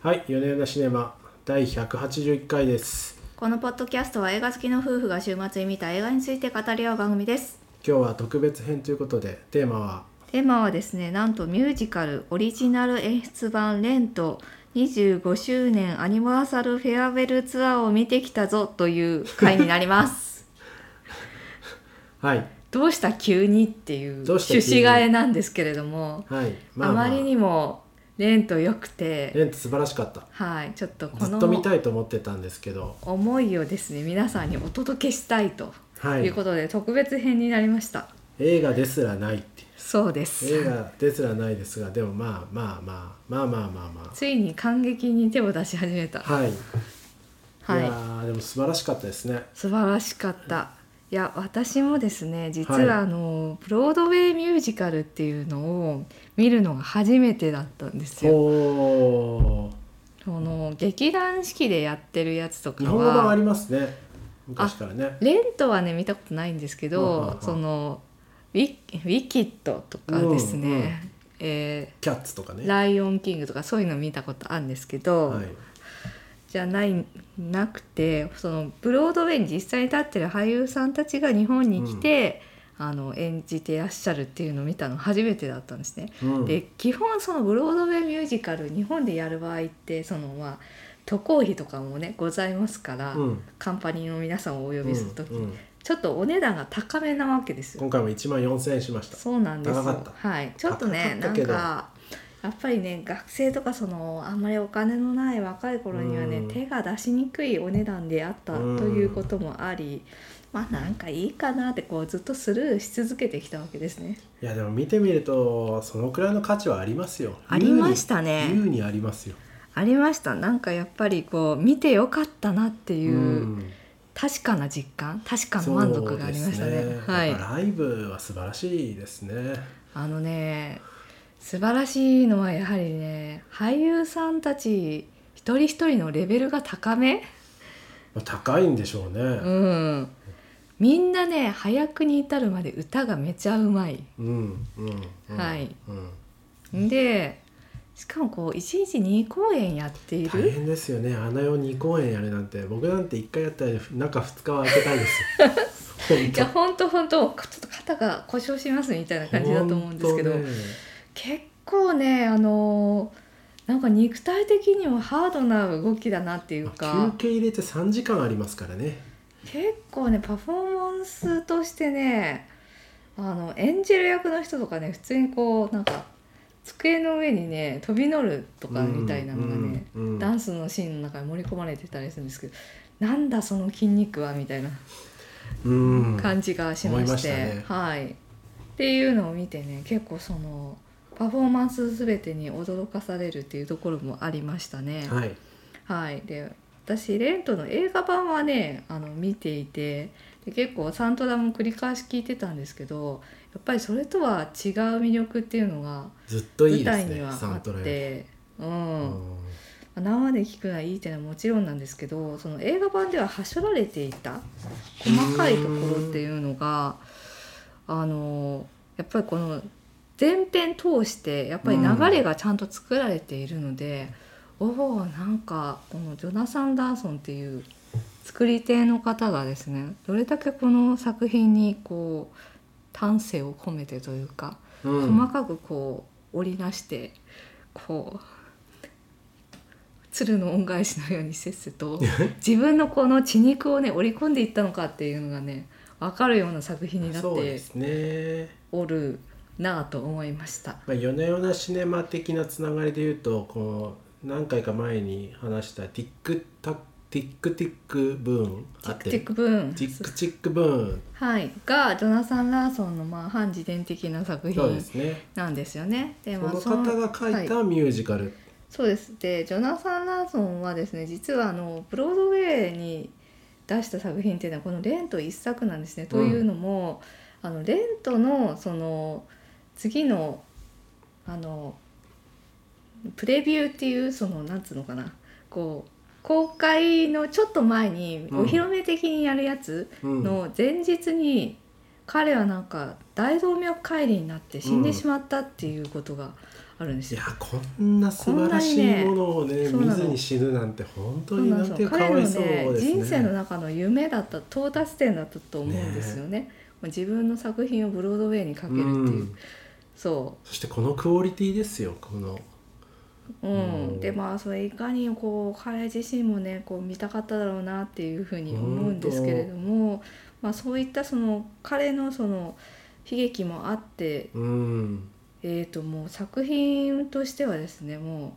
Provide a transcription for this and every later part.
はい、夜な夜なシネマ第181回です。このポッドキャストは映画好きの夫婦が週末に見た映画について語り合う番組です今日は特別編ということで、テーマはテーマはですねなんとミュージカルオリジナル演出版「レント」25周年アニバーサルフェアウェルツアーを見てきたぞという回になります はいどうした急にっていうどうした急趣に旨替えなんですけれどもはい。あまりにも「レント」良くてレント素晴らしかった。はいちょっとこずっと見のたいと思ってたんですけど、思いをですね皆さんにお届けしたいと。はいいうことで特別編になりました映画ですらないって。そうです映画ですらないですが、でもまあまあまあまあまあまあまついに感激に手を出し始めた。あ。はい。いやはい。ーでも素晴らしかったですね。素晴らしかった。いや私もですね実はいはあの、ブロードウェイミュージカルっていうのを見るのが初めてだったんですよ。おーその劇団四季でやってるやつと日か本語版あはりますね。昔からね。レントはね見たことないんですけうんうんうん、どそのウィウィキッドとかですね、うんうんえキャッツとかね。ーライオンキングとかそういうの見たことあるんですけど、はい。じゃないなくてそのブロードウェイに実際に立ってる俳優さんたちが日本に来て、あの演じてらっしゃるっていうのを見たの初めてだったんですね。うんで基本そのブロードウェイミュージカル日本でやる場合ってそのまあ渡航費とかもねございますから、うんカンパニーの皆さんをお呼びする時、うんうんちょっとお値段が高めなわけですよ。今回も1万4000円しました。そうなんですよ。高かっはい、ちょっとね、高かなっんたけどか。やっぱりね学生とかそのあんまりお金のない若い頃にはね、うん手が出しにくいお値段であったということもあり、まあなんかいいかなってこうずっとスルーし続けてきたわけですね。いやでも見てみるとそのくらいの価値はありますよ。ありました優ねに優にありますよ。ありましたなんかやっぱりこう見てよかったなっていう、うん確かな実感確かな満足がありましたね。そうですはいやっぱライブは素晴らしいですね。あのね素晴らしいのはやはりね俳優さんたち一人一人のレベルが高め、まあ、高いんでしょうね。う、うんみんなね早くに至るまで歌がめちゃうまい。ん、うん、うんはいうんでしかもこう1日2公演やってい大る変ですよね。あの世に公演やるなんて、僕なんて一回やったら中2日は空けたいです よ。いやほんとほんとちょっと肩が故障しますみたいな本当感じだと思うんですけど、本当ね結構ねあのーなんか肉体的にもハードな動きだなっていうか。まあ休憩入れて3時間ありますからね。結構ねパフォーマンスとしてねあの演じる役の人とかね普通にこうなんか机の上にね飛び乗るとかみたいなのがね、うん、うんうんダンスのシーンの中に盛り込まれてたりするんですけどなんだその筋肉はみたいなうん感じがしま思いまし、してたねはいっていうのを見てね結構そのパフォーマンス全てに驚かされるっていうところもありましたね。はい。はい、で私レントの映画版はねあの見ていてで結構サントラも繰り返し聞いてたんですけどやっぱりそれとは違う魅力っていうのがずっとい舞いで台すにねは。サあンってトラより。ううんん生で聞くのはいいっていうのはもちろんなんですけどその映画版でははしょられていた細かいところっていうのがあのやっぱりこの前編通してやっぱり流れがちゃんと作られているので、おおなんかこのジョナサン・ダーソンっていう作り手の方がですねどれだけこの作品にこう丹精を込めてというか。うん細かくこう織りなしてこう鶴の恩返しのようにせっせ と自分のこの血肉をね織り込んでいったのかっていうのがね分かるような作品になっそうでてすね、おるなぁと思いました。まあ、夜な夜なシネマ的なつながりで言うとこう何回か前に話したティックタティックティックブーンティックテティックブーンィックチックブーンはい、がジョナサン・ラーソンのまあ反自伝的な作そうで品すねなんですよね。でそまあのその方が書はいたミュージカル、そうですでジョナサン・ラーソンはですね実はあのブロードウェイに出した作品っていうのはこの「レント」一作なんですね。というのも「あのレントの」その次のあのプレビューっていうそのなんつうのかなこう公開のちょっと前にうんお披露目的にやるやつうんの前日に彼はなんか大動脈解離になって死んでしまったっていうことがあるんですいやよ。こんな素晴らしこんないにねものをねそう見なのずに死ぬなんて本当そうになんなでんすていようか彼わのいそうねですね。人生の中の夢だった到達点だったと思うんですよね自分の作品をブロードウェイにかけるっていう、うん、そそしてこのクオリティですよこのう、うんうんでまあそれいかにこう彼自身もねこう見たかっただろうなっていうふうに思うんですけれども、まあ、そういったその彼のその悲劇もあってうんえー、ともう作品としてはですねも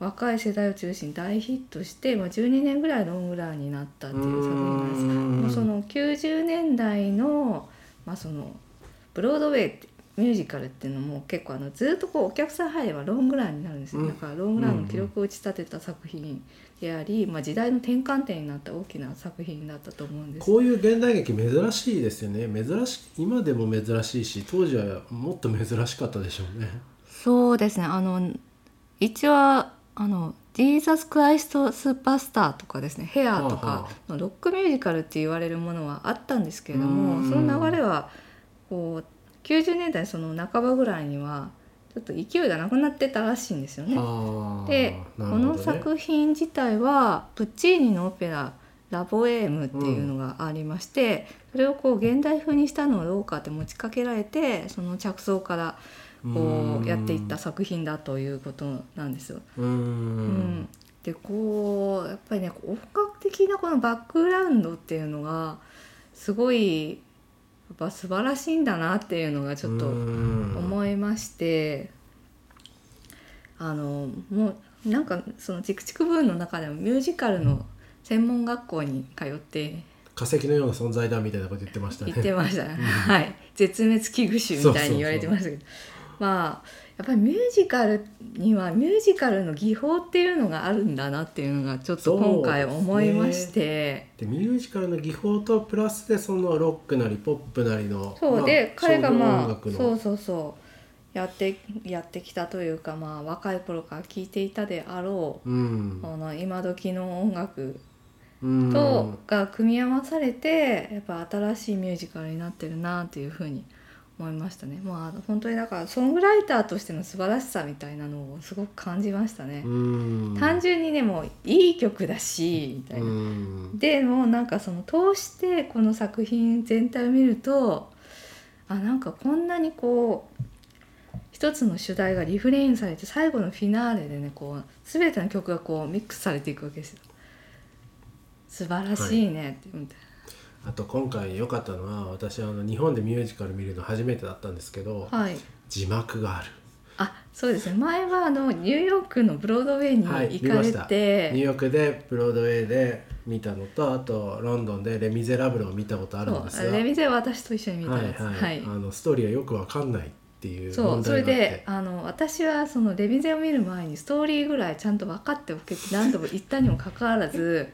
う若い世代を中心に大ヒットして、まあ、12年ぐらいロングランになったっていう作品なんですうんもうその90年代の,、まあ、そのブロードウェイってミュージカルっていうのも結構あのずっとこうお客さん入ればロングランになるんですよ、うんだからロングランの記録を打ち立てた作品であり、まあ、時代の転換点になった大きな作品だったと思うんですこういう現代劇珍しいですよね珍し今でも珍しいし当時はもっと珍しかったでしょうね。そうですねあの一応あの「ジーザス・クライスト・スーパースター」とかですね「ヘア」とはあはかのロックミュージカルって言われるものはあったんですけれどうもんその流れはこう90年代その半ばぐらいにはちょっと勢いがなくなってたらしいんですよね。あーで、なるこほどのね作品自体はプッチーニのオペラ「ラボエーム」っていうのがありまして、それをこう現代風にしたのはどうかって持ちかけられてその着想からこうんうやっていった作品だということなんですよ。ううんんでこうやっぱりね音楽的なこのバックグラウンドっていうのがすごいやっぱ素晴らしいんだなっていうのがちょっと思思いまして、あのもうなんかそのチクチクブーンの中でもミュージカルの専門学校に通って化石のような存在だみたいなこと言ってましたね。言ってましたね、はい絶滅危惧種みたいに言われてましたけどまあやっぱりミュージカルにはミュージカルの技法っていうのがあるんだなっていうのがちょっと今回思いましてでミュージカルの技法とプラスでそのロックなりポップなりのそう,、まあで彼がま少あ女そうそうそうやってやってきたというかまあ若い頃から聴いていたであろううんこの今時の音楽うんとが組み合わされてやっぱ新しいミュージカルになってるなっていうふうに思いましたねまあ本当にだからソングライターとしての素晴らしさみたいなのをすごく感じましたね、うん単純にねもういい曲だしみたいな、うんでもなんかその通してこの作品全体を見るとあなんかこんなにこう一つの主題がリフレインされて最後のフィナーレでねこう全ての曲がこうミックスされていくわけですよ。素晴らしいねって、みたいあと今回良かったのは私あの日本でミュージカル見るの初めてだったんですけど、なはい字幕がある。あそうですね前はあのニューヨークのブロードウェイにはい、行見かまれしたニューて、ヨークでブロードウェイで見たのとあとロンドンで「レ・ミゼラブル」を見たことあるんですそうがレミゼは私と一緒に見たはいやつ、はい、あのストーリーがよくわかんないっていうそう問それ題があってであの私はそのレミゼを見る前にストーリーぐらいちゃんと分かっておけって何度も言ったにもかかわらず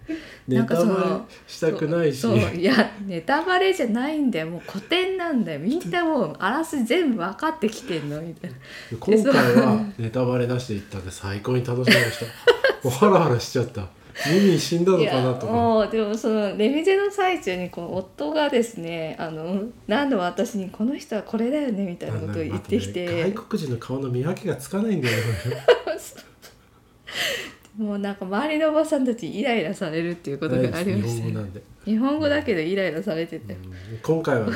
なネんかタそのバレしたくないしそうそういやネタバレじゃないんだよもう古典なんだよみんなもうあらすじ全部分かってきてんのみたいな今回はネタバレなしで行ったんで最高に楽しみま したもうハラハラしちゃったミミィ死んだのいかなやとかもうでもそのレミゼの最中にこう夫がですねあの何度も私に「この人はこれだよね」みたいなことを言ってきあのね外て国人の顔の見分けがつかないんだよねもうなんか周りのおばさんたちイライラされるっていうことがありま日本した語よなんで、日本語だけどイライラされてて。うん今回はね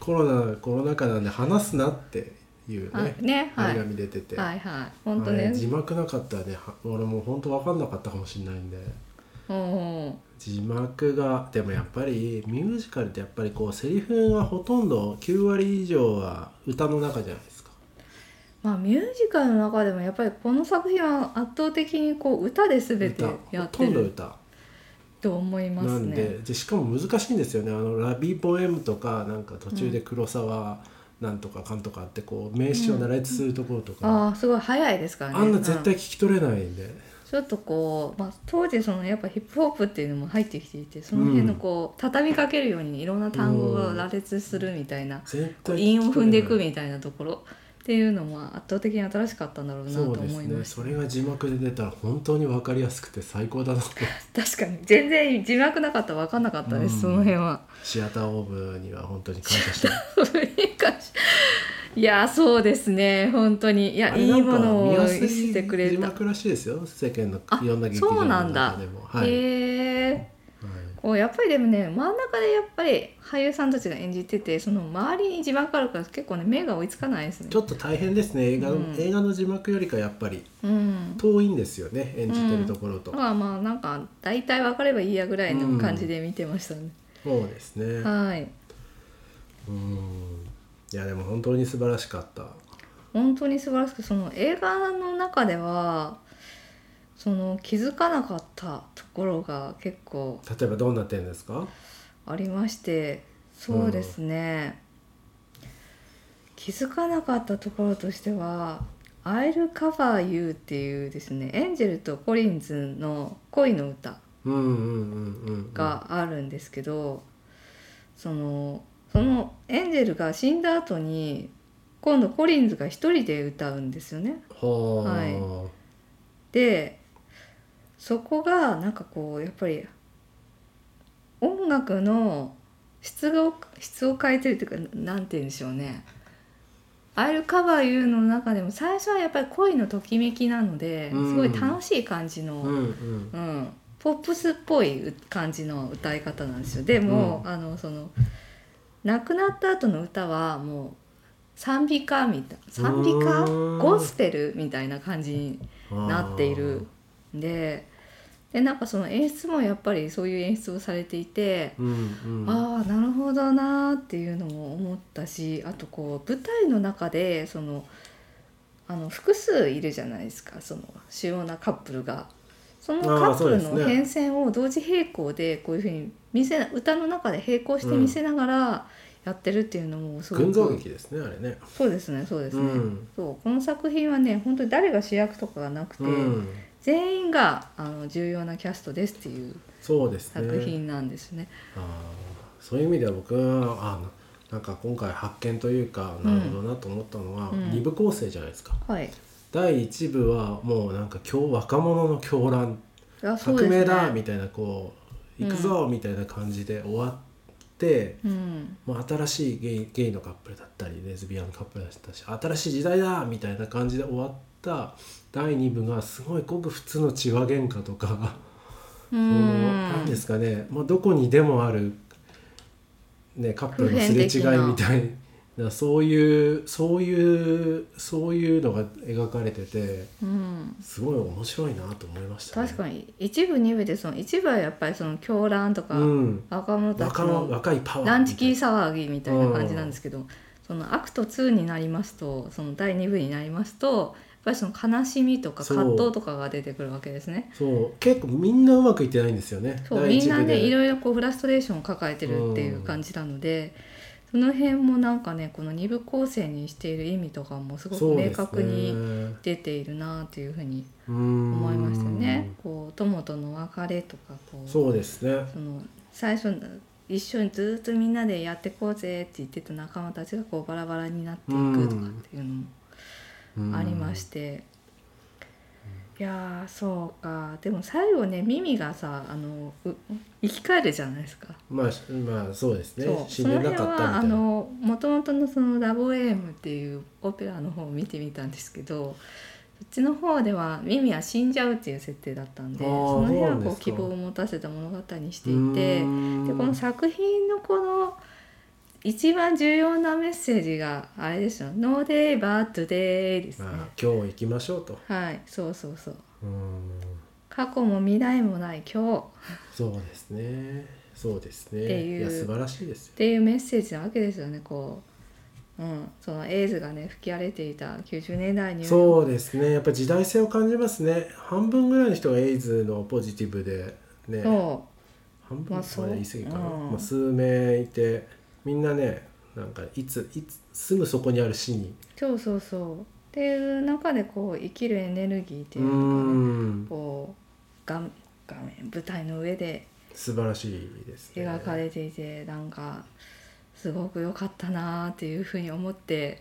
コロナコロナ禍なんで話すなっていうあねねは張いり紙出てて、はいはい本当あねれ字幕なかったらねは俺もう本当わかんなかったかもしれないんでうんうん字幕がでもやっぱりミュージカルってやっぱりこうセリフがほとんど9割以上は歌の中じゃないですか。まあミュージカルの中でもやっぱりこの作品は圧倒的にこう歌で全て歌やほってとんどる歌と思いまなすんでね。でしかも難しいんですよね「あのラビー・ポエム」とかなんか途中で黒沢なんとかかんとかってこう名詞を羅列するところとか、ああすごい早いですからね。あんな絶う対聞き取れないんで、ちょっとこう、まあ、当時そのやっぱヒップホップっていうのも入ってきていてその辺のこう、畳みかけるようにいろんな単語が羅列するみたいな、絶こ対う聞韻をき取れない踏んでいくみたいなところっていうのも圧倒的に新しかったんだろうなとそうです思いねましたそ。れが字幕で出たら本当に分かりやすくて最高だ なと確かに全然字幕なかったら分かんなかったです、うんその辺は。 シアターオーブには本当に感謝してるそれに関し いやそうですね本当にいやいいもの見をやすいしてくれ字た、幕らしいですよ世間のあいろんな劇場そうなのんだ中でもはい、へえはいこうやっぱりでもね真ん中でやっぱり俳優さんたちが演じててその周りに字幕あるから結構ね目が追いつかないですねちょっと大変ですね映画の、うん映画の字幕よりかやっぱりうん遠いんですよね演じてるところと、だからまあなんか大体分かればいいやぐらいの感じで見てましたね、そうですねはいうんいやでも本当に素晴らしかった本当に素晴らしくその映画の中ではその気づかなかったところが結構例えばどんな点ですかありましてそうですね、気づかなかったところとしては「I'll cover you」っていうですねエンジェルとコリンズの恋の歌うんうんうんうんうんがあるんですけど、そのそのエンジェルが死んだ後に今度コリンズが一人で歌うんですよね。はあ、はいでそこがなんかこうやっぱり音楽の質を質を変えてるっていうかなんて言うんでしょうね「アイルカバー u の中でも最初はやっぱり恋のときめきなのでうんすごい楽しい感じの、うんうんうん、ポップスっぽい感じの歌い方なんですよでも、あのその亡くなった後の歌はもう賛美歌みたい賛美歌うんゴスペルみたいな感じになっているででなんかその演出もやっぱりそういう演出をされていてあ、ーうんうんああなるほどなーっていうのも思ったしあとこう舞台の中でそのあの複数いるじゃないですかその主要なカップルが。そのカップあールそうの変です遷を同時並行でこういうふうに見せな歌の中で並行して見せながらやってるっていうのもすごく、群像劇ですねあれねそうですねそうですね、うんそうこの作品はね本当に誰が主役とかがなくて、うん全員があの重要なキャストですっていうそうですね作品なんですね。あーそういう意味では僕はあななんか今回発見というかなるほどなと思ったのは、うん二部構成じゃないですかはい。第一部はもうなんか今日若者の狂乱あ、そう革ですね。命だみたいなこう行くぞみたいな感じで終わって、うん。もう新しいゲイゲイのカップルだったりレズビアンのカップルだったし新しい時代だみたいな感じで終わった第2部がすごいごく普通の血話喧嘩とかうその なんでん。すかね、まあ、どこにでもある、ね、カップルのすれ違いみたいなそういうそういうそういうのが描かれててうん。すごい面白いなと思いました、ね。確かに一部二部でその一部はやっぱりその狂乱とか、うん、若者たち若者の若いパワーランチキーみ騒ぎみたいな感じなんですけど、そのアクト2になりますとその第二部になりますとやっぱりその悲しみとかそう葛藤とかが出てくるわけですね。たいなそう結構みんなうまくいってないんですよね。そう第み一んな部でねいろいろこうフラストレーションを抱えてるっていう感じなので、その辺もなんかねこの二部構成にしている意味とかもすごそうくです明ね確に出ているなっていうふうに思思いましたね。こう友との別れとかこうそうですね。その最初一緒にずっとみんなでやってこうぜって言ってた仲間たちがこうバラバラになっていくとかっていうのもありまして、いやーそうかでも最後ねミミがさあのう生き返るじゃないですか。まあしまあそうですねそう死そんのでな辺かったみはたあいな。のもともとのその「ラボエーム」っていうオペラの方を見てみたんですけどそっちの方ではミミは死んじゃうっていう設定だったんであーその辺はそうなんでこすうか希望を持たせた物語にしてういてでんこの作品のこの一番重要なメッセージがあれですよ「No day but today」ですね。まあ今日行きましょうと。はいそうそうそううん過去も未来もない今日そうですね。そうですね。っていうや素晴らしいですよっ。ていうメッセージなわけですよねこう、うん、そのエイズがね吹き荒れていた90年代にそうですね。やっぱり時代性を感じますね。半分ぐらいの人がエイズのポジティブでね、そ半分まはあそう言い過ぎかな。うんまあ数名いて、みんなね、なんかいついつすぐそこにある死に。うそうそうそうっていう中でこう生きるエネルギーってういうのが、ね、ん。こう画画面舞台の上で素晴らしいですね。描かれていて、なんかすごく良かったなーっていうふうに思って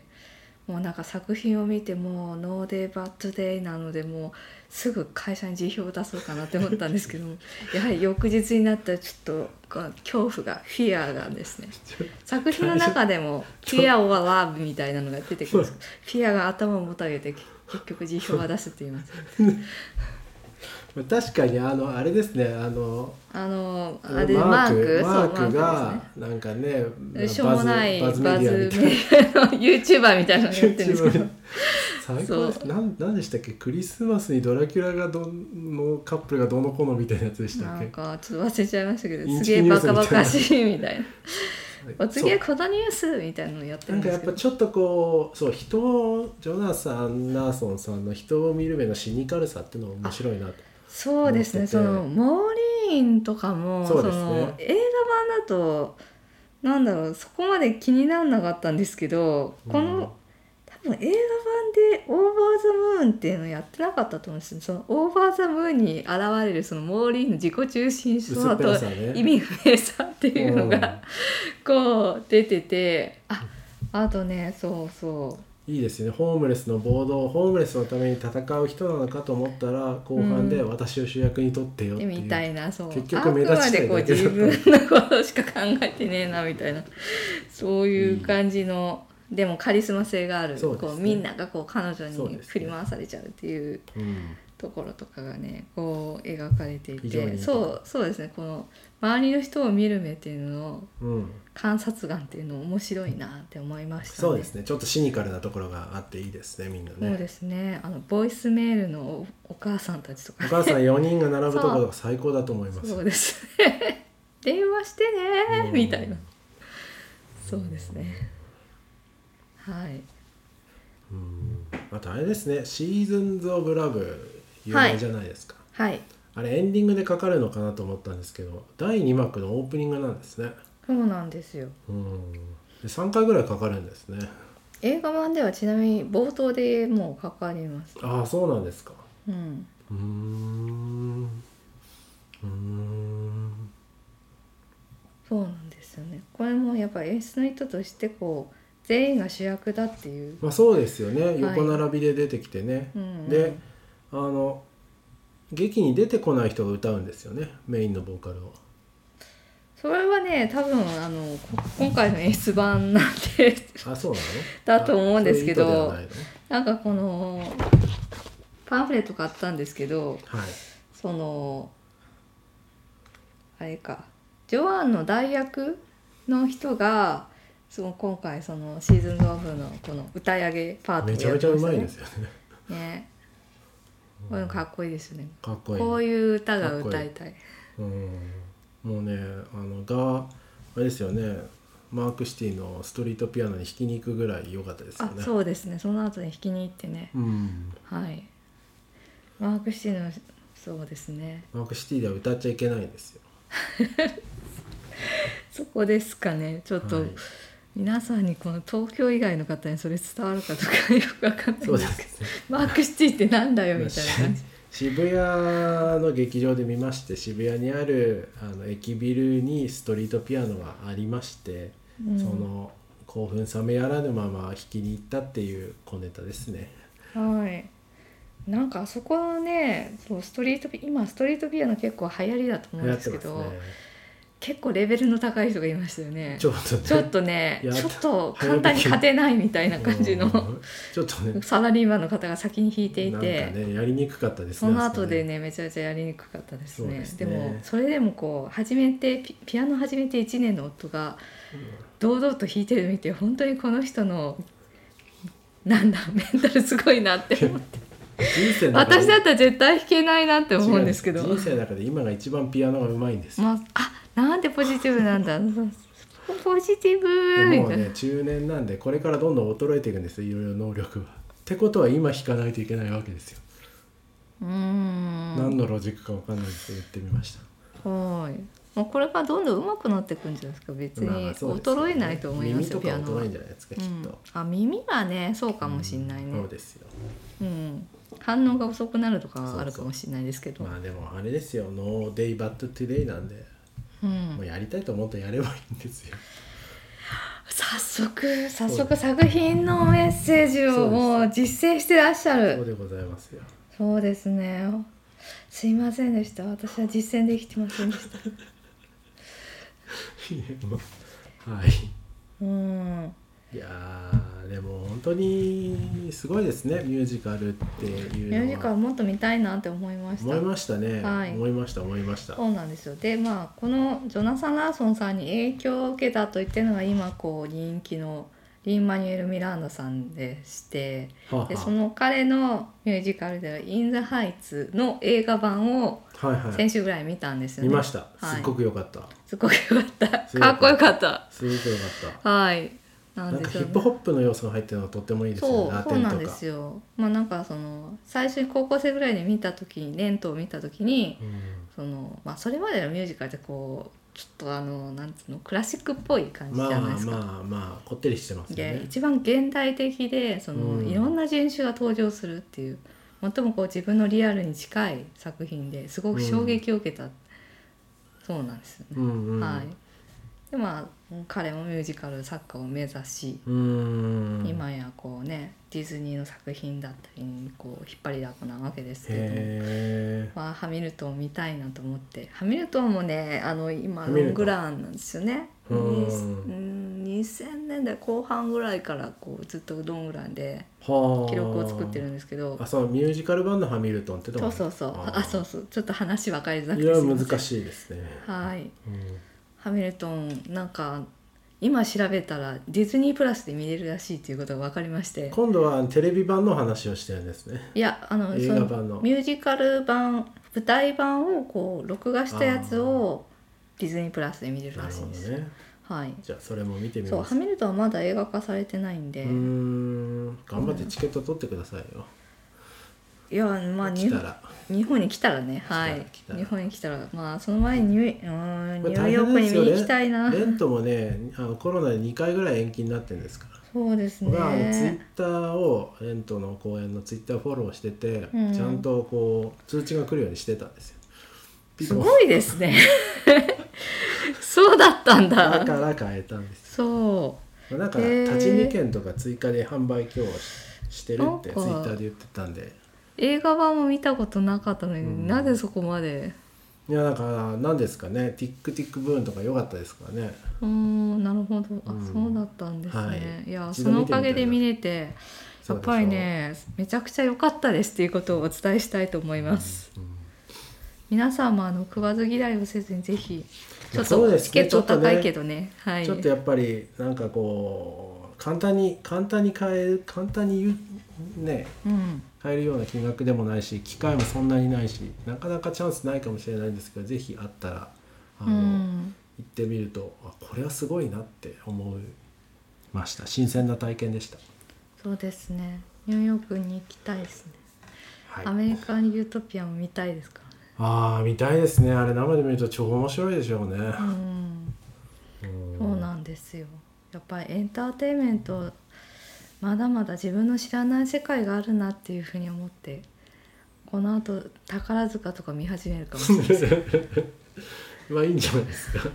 もうなんか作品を見てもう「ノーデイバッドデイ」なのでもうすぐ会社に辞表を出そうかなって思ったんですけ どもやはり翌日になったらちょっとこう恐怖がフィアがですね作品の中でも「フィア・オア・ラブ」みたいなのが出てくるんですけどフィアが頭をもたげて結局辞表は出すって言います。確かにあのあれですねあのあのマあれマークマーそうクがマなんかねークですねしょうもないババズズメメデディアみたいなィアの YouTuber みたいなのや ってるん ですけど最高ですなんなんでしたっけクリスマスにドラキュラがどんのカップルがどうのこうのみたいなやつでしたなっんけかちょっと忘れちゃいましたけどインすチげキえニュバースカみたいなバカしいみたいなお次そはうこのニュースみたいなのやってるなんんかでやっすけどぱちょっとこうそう人をジョナサン・ナーソンさんの人を見る目のシニカルさっていうのが面白いなとそうですね思っててそのモーリーンとかもそうですねの映画版だとなんだろうそこまで気にならなかったんですけどこの、うん多分映画版で「オーバー・ザ・ムーン」っていうのやってなかったと思うんですよそのオーバー・ザ・ムーンに現れるそのモーリーンの自己中心薄さっぺとらさね意味不明さっていうのが、こう出ててああとねそうそういいですねホームレスの暴動ホームレスのために戦う人なのかと思ったら後半でう私を主役にとってよっていう、みたいなそう結局目立ちたいあくまでこうだけ自だ分のことしか考えてねえなみ たいなそういう感じの、でもカリスマ性がある、そうですこねうみんながこう彼女そうにですね振り回されちゃうっていううん、ところとかがねこう描かれてい非常てにそうそうですねこの周りの人を見る目っていうののうん、観察眼っていうの面白いなって思いましたね。そうですねちょっとシニカルなところがあっていいですねみんなそうねですねあのボイスメールのおお母さんたちとおか母さん4人が並ぶところが最高だと思いますそうですね 電話してねみたいなそうですねはいうんあとあれですね「シーズンズ・オブ・ラブ」有名じゃないですか、はいあれエンディングでかかるのかなと思ったんですけど第2幕のオープニングなんですねそうなんですようんで3回ぐらいかかるんですね映画版ではちなみに冒頭でもうかかりますああそうなんですかうんうーんうーんそうなんですよねこれもやっぱ演出の意図としてこう全員が主役だっていう、まあそうですよいね横並びで出てきてね、うんうんであの劇に出てこない人が歌うんですよねメインのボーカルをそれはね多分あのこ今回の演出版なんてあそうなの だと思うんですけどあそういう意図ではないのなんかこのパンフレット買ったんですけどはいそのあれかジョアンの代役の人がその今回そのシーズンズオフのこの歌い上げパートをめちゃめちゃうまいですよね。ねねこういうのかっこいいですよねかっこいい。こういう歌が歌いたいうん、もうね、あのが、あれですよね。マークシティのストリートピアノに弾きに行くぐらい良かったですよあね。そうですねその後に弾きに行ってねうん。はいマークシティのそうですねマークシティでは歌っちゃいけないんですよ。そこですかねちょっと、はい皆さんにこの東京以外の方にそれ伝わるかどうかよくわかんないんそうでですけどすね。マークシティってなんだよみたい な感じ。渋谷の劇場で見まして渋谷にあるあの駅ビルにストリートピアノがありまして、うんその興奮冷めやらぬまま弾きに行ったっていう小ネタですね。 はい。なんかあそこのね、そうストリートピ今ストリートピアノ結構流行りだと思うんやでってすけますど、ね。結構レベルの高い人がいましたよね。ちょっとねちょっとね、いやちょっと簡単に勝てないみたいな感じうのんちょっとねサラリーマンの方が先に弾いていなんかて、ねやりにくかったですねその後でねねめちゃめちゃやりにくかったですね。そうでですねもそれでもこう初めてピピアノ始めて1年の夫が堂々と弾いてるの見て本当にこの人のなんだメンタルすごいなって思って人生の中で私だったら絶対弾けないなって思うんですけど違う人生の中で今が一番ピアノがうまいんですよ、まあ、あなんてポジティブな んだポジティブでみもうたいなね中年なんでこれからどんどん衰えていくんですよいろいろ能力は。ってことは今弾かないといけないわけですよ、うーん何のロジックかわかんないですけど言ってみましたはいもうこれからどんどん上手くなっていくんじゃないですか別にまあそうですよね衰えないと思いますよ、ピア耳とノか衰はえんじゃないですか、きっとうん、あ耳はねそうかもしんないね、そうですようん、反応が遅くなるとかはあるかもしれないですけどまあでもあれですよ「No day but today」なんでう、もうんやりたいと思ったらやればいいんですよ早速早速作品のメッセージをもう実践してらっしゃそうるでございますよ そうですねすいませんでした私は実践できてませんで したいやもうはいうんいやーでも本当にすごいですねミュージカルっていうミのはュージカルもっと見たいなって思いました思いましたね、はい思いました思いましたそうなんですよでまあこのジョナサン・ラーソンさんに影響を受けたと言ってるのが今こう人気のリン・マニュエル・ミランダさんでしてはでその彼のミュージカルでは「イン・ザ・ハイツ」の映画版をあはいはい先週ぐらい見たんですよ見ね。ましたはいすっごく良かった、すごくよかったす。ごいかよっこかよっかった。すごく良かっはい。なたんなんでかすヒよ、ッねプ。ホップの要素が入ってるのがとってもいいですよそねうラそテうンなんとでかすよ。まあなんかその最初に高校生ぐらいで見た時にレントを見た時にうんそのまあそれまでのミュージカルってこうちょっとあのなんつうのクラシックっぽい感じじまゃあないですか。まあまあこってりしてますよでね一番現代的でその、うんいろんな人種が登場するっていう最もこう自分のリアルに近い作品ですごく衝撃を受けた、そうなんですよね。うんうん、はい、でまあ彼もミュージカル作家を目指し、うん今やこうねディズニーの作品だったりにこう引っ張りだこなわけですけれども、へまあ、ハミルトン見たいなと思ってハミルトンもねあの今ハロミルトンングランなんですよね。うにんうん2000年代後半ぐらいからこうずっとロングランでえはあ記録を作ってるんですけどあそうミュージカル版のハミルトンってとこそうそうそうあーあそうそうちょっと話分かりづらくいやすいません難しいですね、はいうんハミルトンなんか今調べたらディズニープラスで見れるらしいということが分かりまして今度はテレビ版の話をしてるんですねいやあの映そ画の版のミュージカル版舞台版をこう録画したやつをディズニープラスで見れるならるしいほんどです、ねはいじゃあそれも見てみそうまハすうミルトンはまだ映画化されてないんでーん頑張ってチケット取ってくださいよ、いやまあ来日た本ら日本に来たらねはい来たら日本に来たらまあその前にニューうーんこれニューヨークに見に行きたいなレントもねあのコロナで2回ぐらい延期になってるんですからそうです僕はあのツイッねターをレントの公演のツイッターフォローしてて、うんちゃんとこう通知が来るようにしてたんですよピすコンごいです ねそうだったんだだから変えたんですそなんかへー立ち見券とか追加で販売今日ししてるってツなイんかッターで言ってたんでう映画版も見たことなかったのに、うんなぜそこまでいやなんか何ですかねティックティックブーンとか良かったですからねうーんなるほどあ、うんそうだったんですね、はいい、や一そ度の見てみたいなおかげで見れてやっぱりねめちゃくちゃ良かったですっていうことをお伝えしたいと思います、そうでしょう、うん皆さんもあの食わず嫌いをせずにぜひちまょあっそうとですねチケットちょっとね高いけどねはいちょっとやっぱりなんかこう簡単に簡単に買える簡単に言うねうん買えるような金額でもないし機会もそんなにないしなかなかチャンスないかもしれないんですけどぜひあったらあうの、ん行ってみるとあこれはすごいなって思いました新鮮な体験でした。そうですねニューヨークに行きたいですね、はいアメリカン・ユートピアも見たいですからねああ見たいですねあれ生で見ると超面白いでしょうね、ううんんそうなんですよやっぱりエンターテインメントまだまだ自分の知らない世界があるなっていうふうに思ってこのあと宝塚とか見始めるかもしれない まあいいんじゃないですか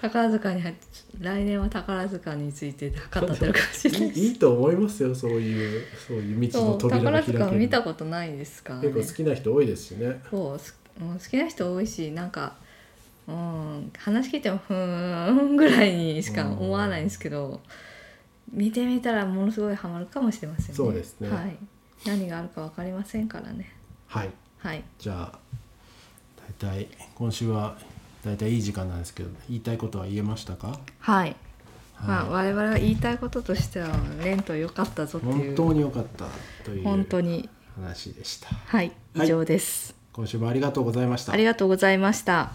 宝塚に入っ来年は宝塚について語ってるかもしれないいいいと思いますよそういうそういう道そのう扉が宝開ける塚は見たことないですからね結構好きな人多いですしねそうすうん好きな人多いしなんかうん話聞いてもふーんぐらいにしか思わないんですけど見てみたらものすごいハマるかもしれませんねそうですねはい、何があるか分かりませんからねはいはいじゃあ大体今週は大体いい時間なんですけど言いたいことは言えましたか、はい、まあは我々は言いたいこととしてはレント良かったぞっい、てい本う当に良かったとい本う当に話でしたはいはい以上です、今週もありがとうございましたありがとうございました